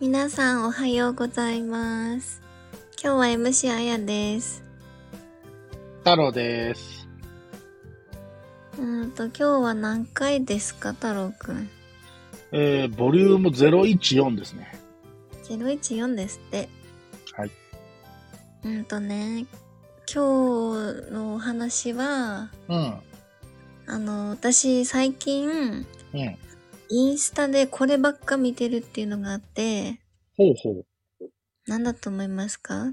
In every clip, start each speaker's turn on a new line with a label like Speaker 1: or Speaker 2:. Speaker 1: 皆さんおはようございます。今日は MC あやです。
Speaker 2: 太郎です。
Speaker 1: うーんと、今日は何回ですか、太郎くん。
Speaker 2: えー、ボリューム014ですね。
Speaker 1: 014ですって。
Speaker 2: はい。
Speaker 1: うーんとね、今日のお話は、
Speaker 2: うん。
Speaker 1: あの、私最近、
Speaker 2: うん。
Speaker 1: インスタでこればっか見てるっていうのがあって、
Speaker 2: ほうほう。
Speaker 1: 何だと思いますか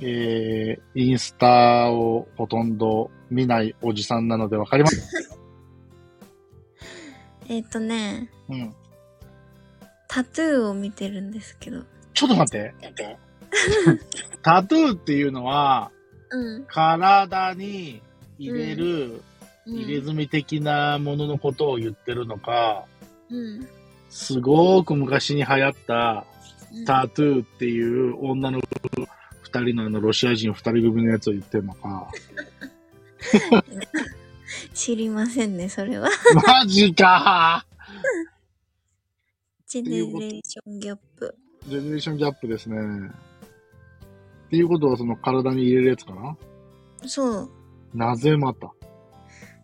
Speaker 2: えー、インスタをほとんど見ないおじさんなのでわかります。
Speaker 1: えっ、とね、
Speaker 2: うん。
Speaker 1: タトゥーを見てるんですけど。
Speaker 2: ちょっと待って。タトゥーっていうのは、
Speaker 1: うん。
Speaker 2: 体に入れる
Speaker 1: うん
Speaker 2: 入れ墨的なもののことを言ってるのか、
Speaker 1: うん。
Speaker 2: すごく昔に流行った
Speaker 1: うん
Speaker 2: タトゥーっていう女の二人のあのロシア人二人組のやつを言ってるのか。
Speaker 1: 知りませんね、それは。
Speaker 2: マジか
Speaker 1: ジェネレーションギャップ。
Speaker 2: ジェネレーションギャップですね。っていうことは、その体に入れるやつかな
Speaker 1: そう。
Speaker 2: なぜまた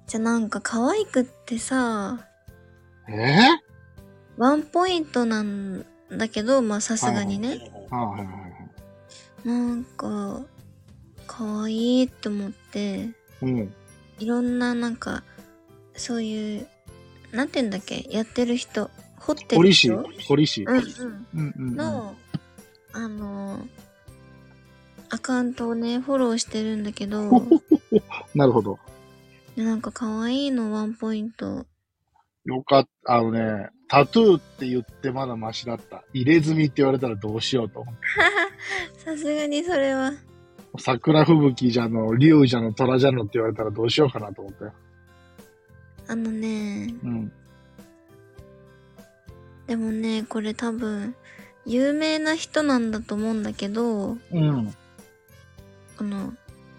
Speaker 1: じゃあなんか可愛くってさ、
Speaker 2: えは
Speaker 1: ワンポイントなんだけど、まあさすがにね。
Speaker 2: いはいはいはい。
Speaker 1: なんか、可愛いって思って、
Speaker 2: うん。
Speaker 1: いろんななんか、そういう、なんて言うんだっけ、やってる人、掘ってる
Speaker 2: 堀市
Speaker 1: 人。
Speaker 2: 堀市。
Speaker 1: うんうん。
Speaker 2: うんうんうん。
Speaker 1: の、あの、アカウントをね、フォローしてるんだけ ど、
Speaker 2: なるほど。
Speaker 1: でなんか可愛いのワンポイント。
Speaker 2: よかった。あのね、タトゥーって言ってまだマシだった。入れ墨って言われたらどうしようと思って。
Speaker 1: さすがにそれは。
Speaker 2: 桜吹雪じゃの、竜じゃの、虎じゃのって言われたらどうしようかなと思ったよ。
Speaker 1: あのね、
Speaker 2: うん。
Speaker 1: でもね、これ多分、有名な人なんだと思うんだけど、
Speaker 2: うん。うん
Speaker 1: この、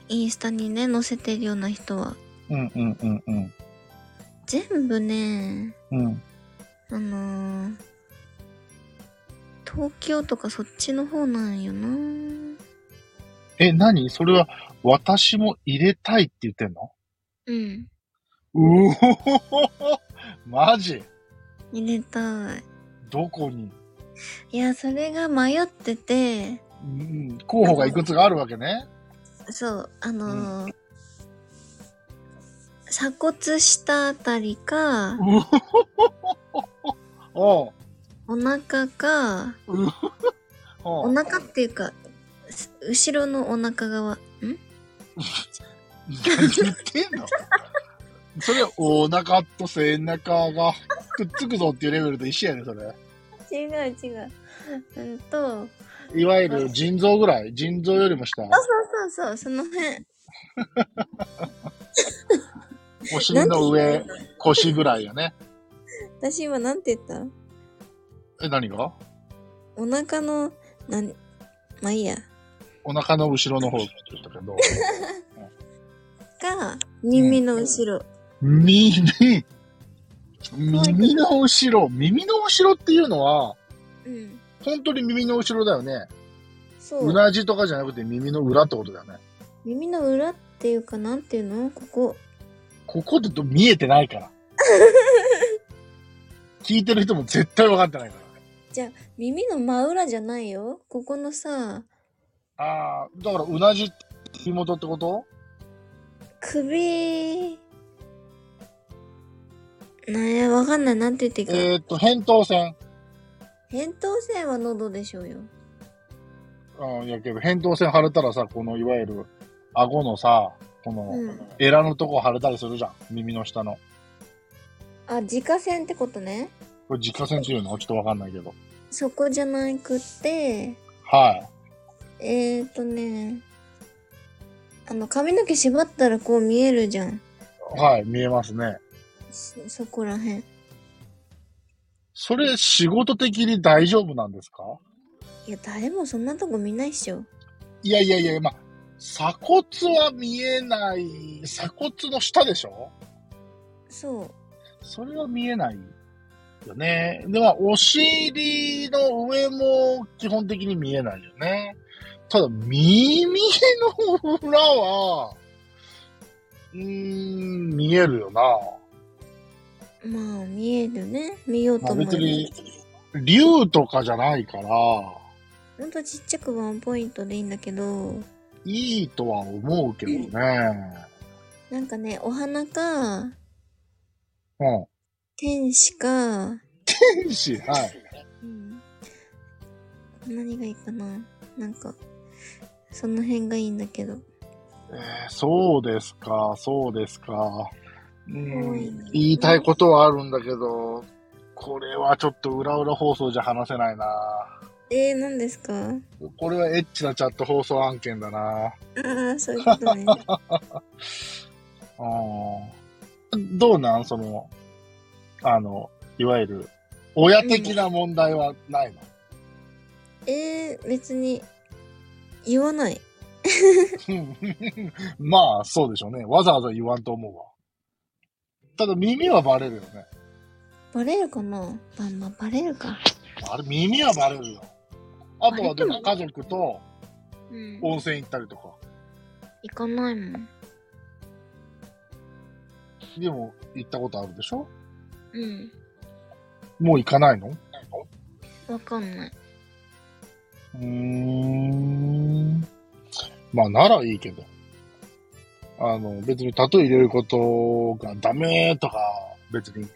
Speaker 1: インスタにね、載せてるような人は。
Speaker 2: うんうんうん。
Speaker 1: 全部ね、
Speaker 2: うん。
Speaker 1: あのー東京とかそっちの方なんよな
Speaker 2: え、何それは、私も入れたいって言ってんの
Speaker 1: うん。
Speaker 2: うおおマジ
Speaker 1: 入れたい。
Speaker 2: どこに、
Speaker 1: いや、それが迷ってて、
Speaker 2: うん、候補がいくつかあるわけね。
Speaker 1: そう、あのー鎖骨下あたりか、
Speaker 2: おう
Speaker 1: お腹か、
Speaker 2: お
Speaker 1: お
Speaker 2: う
Speaker 1: 腹っていうか、す後ろのお腹側。ん
Speaker 2: 言ってんのそれ、お腹と背中がくっつくぞっていうレベルと一緒やね、それ。
Speaker 1: 違う違う。うんと、
Speaker 2: いわゆる腎臓ぐらい腎臓よりも下
Speaker 1: あ、そうそうそう、その辺。
Speaker 2: お尻の
Speaker 1: な
Speaker 2: 上
Speaker 1: んて、言った
Speaker 2: 腰ぐらいやね。
Speaker 1: 私今なんて言った
Speaker 2: え、何が
Speaker 1: お腹の、なに、まあいいや。
Speaker 2: お腹の後ろの方って言ったけど。
Speaker 1: か、耳の後ろ。
Speaker 2: 耳耳の後ろ耳の後ろっていうのは、
Speaker 1: うん。
Speaker 2: 本当に耳の後ろだよね。
Speaker 1: そうう。
Speaker 2: なじとかじゃなくて耳の裏ってことだよね。
Speaker 1: 耳の裏っていうか、なんていうのここ。
Speaker 2: ここって見えてな いから。聞いてる人も絶対分かってないか
Speaker 1: 耳の真裏じゃないよ。ここのさ、
Speaker 2: ら。ああ、だからうなじ首元ってこと
Speaker 1: 首。なんや、わかんない。なんて言っていいか。
Speaker 2: えーっと、扁桃腺。
Speaker 1: 扁桃腺は喉でしょうよ。
Speaker 2: うん、いやけど、扁桃腺腫れたらさ、このいわゆる顎のさ、こ
Speaker 1: う
Speaker 2: の
Speaker 1: ん。
Speaker 2: エラのとこ腫れたりするじゃん。耳の下の。
Speaker 1: あ、自家腺ってことね。
Speaker 2: これ自家腺っていうのちょっと分かんないけど。
Speaker 1: そこじゃなくって、
Speaker 2: はい。
Speaker 1: えーとね、あの、髪の毛縛ったらこう見えるじゃん。
Speaker 2: はい、見えますね。
Speaker 1: そ、そこらへん。
Speaker 2: それ、仕事的に大丈夫なんですか
Speaker 1: いや、誰もそんなとこ見ないっしょ。
Speaker 2: いやいやいや、まあ、鎖骨は見えない。鎖骨の下でしょ
Speaker 1: そう。
Speaker 2: それは見えないよね。で、まあ、お尻の上も基本的に見えないよね。ただ、耳の裏は、うーん、見えるよな。
Speaker 1: まあ、見えるね。見よう
Speaker 2: ま
Speaker 1: と
Speaker 2: あ、
Speaker 1: 思えば
Speaker 2: 別。に、竜とかじゃないから、
Speaker 1: ほんとちっちゃくワンポイントでいいんだけど、
Speaker 2: いいとは思うけどね。
Speaker 1: なんかね、お花か、
Speaker 2: うん。
Speaker 1: 天使か、
Speaker 2: 天使、はい。
Speaker 1: うん、何がいいかな。なんか、その辺がいいんだけど。
Speaker 2: えーそうですか、そうですか。う
Speaker 1: 多い
Speaker 2: ん
Speaker 1: ね、
Speaker 2: 言いたいことはあるんだけど、これはちょっと裏裏放送じゃ話せないな。
Speaker 1: えー、何ですか
Speaker 2: これはエッチなチャット放送案件だな。
Speaker 1: ああ、そういうことね。
Speaker 2: うん。どうなんその、あの、いわゆる、親的な問題はない の、
Speaker 1: えー、別に、言わない。
Speaker 2: まあ、そうでしょうね。わざわざ言わんと思うわ。ただ耳はバレるよね。
Speaker 1: バレるかなまあまあ、バレるか。
Speaker 2: あれ、耳はバレるよ。あとはでも家族と
Speaker 1: うん
Speaker 2: 温泉行ったりとか。
Speaker 1: 行かないもん。
Speaker 2: でも行ったことあるでしょ
Speaker 1: うん。
Speaker 2: もう行かないの
Speaker 1: わかんない。
Speaker 2: うーん。まあ、ならいいけど。あの、別にタトゥー入れることがダメとか、別 に、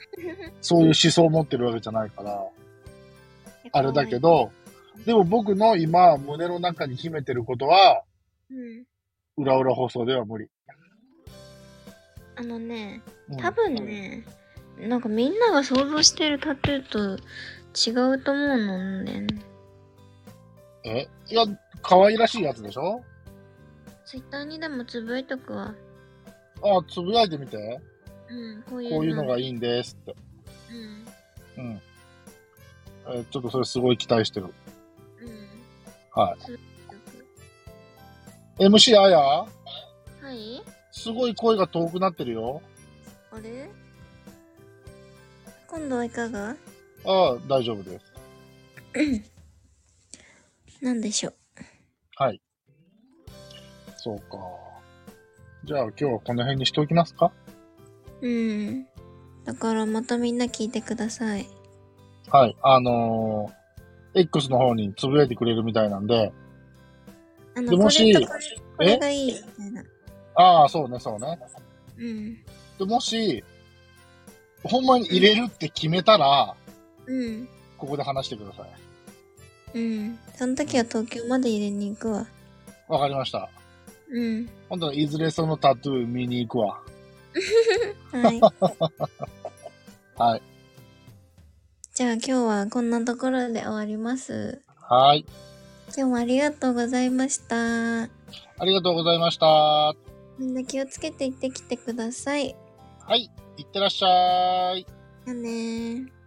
Speaker 2: そういう思想を持ってるわけじゃないから、あれだけど、でも僕の今、胸の中に秘めてることは、
Speaker 1: うん。
Speaker 2: 裏裏放送では無理。
Speaker 1: あのね、
Speaker 2: うん
Speaker 1: 多分。ね、なんかみんなが想像してるタトゥーと違うと思うのね。
Speaker 2: えいや、可愛らしいやつでしょ
Speaker 1: ツイッターにでもつぶやいとくわ。
Speaker 2: あ、つぶやいてみて。
Speaker 1: うん、こういう
Speaker 2: こういうのがいいんですって。
Speaker 1: うん。
Speaker 2: うん。えーちょっとそれすごい期待してる。
Speaker 1: うん。。
Speaker 2: はい MC あや
Speaker 1: はい
Speaker 2: すごい声が遠くなってるよ。
Speaker 1: あれ今度はいかが
Speaker 2: ああ、大丈夫です。
Speaker 1: なんでしょう。
Speaker 2: はい。そうか。じゃあ今日はこの辺にしておきますか
Speaker 1: うん。だからまたみんな聞いてください。
Speaker 2: はい。あのー X の方につぶやいてくれるみたいなんで、
Speaker 1: あの、
Speaker 2: で
Speaker 1: こ
Speaker 2: もし
Speaker 1: れとこれこれがいいみたいな。
Speaker 2: ああ、そうね、そうね。
Speaker 1: うん。
Speaker 2: でもし、ほんまに入れるって決めたら、
Speaker 1: うん。
Speaker 2: ここで話してください。
Speaker 1: うん。その時は東京まで入れに行くわ。
Speaker 2: わかりました。
Speaker 1: うん。
Speaker 2: ほんといずれそのタトゥー見に行くわ。
Speaker 1: はい。
Speaker 2: はい。
Speaker 1: じゃあ今日はこんなところで終わります。
Speaker 2: はい。
Speaker 1: 今日もありがとうございました。
Speaker 2: ありがとうございました。は
Speaker 1: みんな気をつけて行ってきてください。
Speaker 2: い。いってらっしゃい。
Speaker 1: じゃあねー。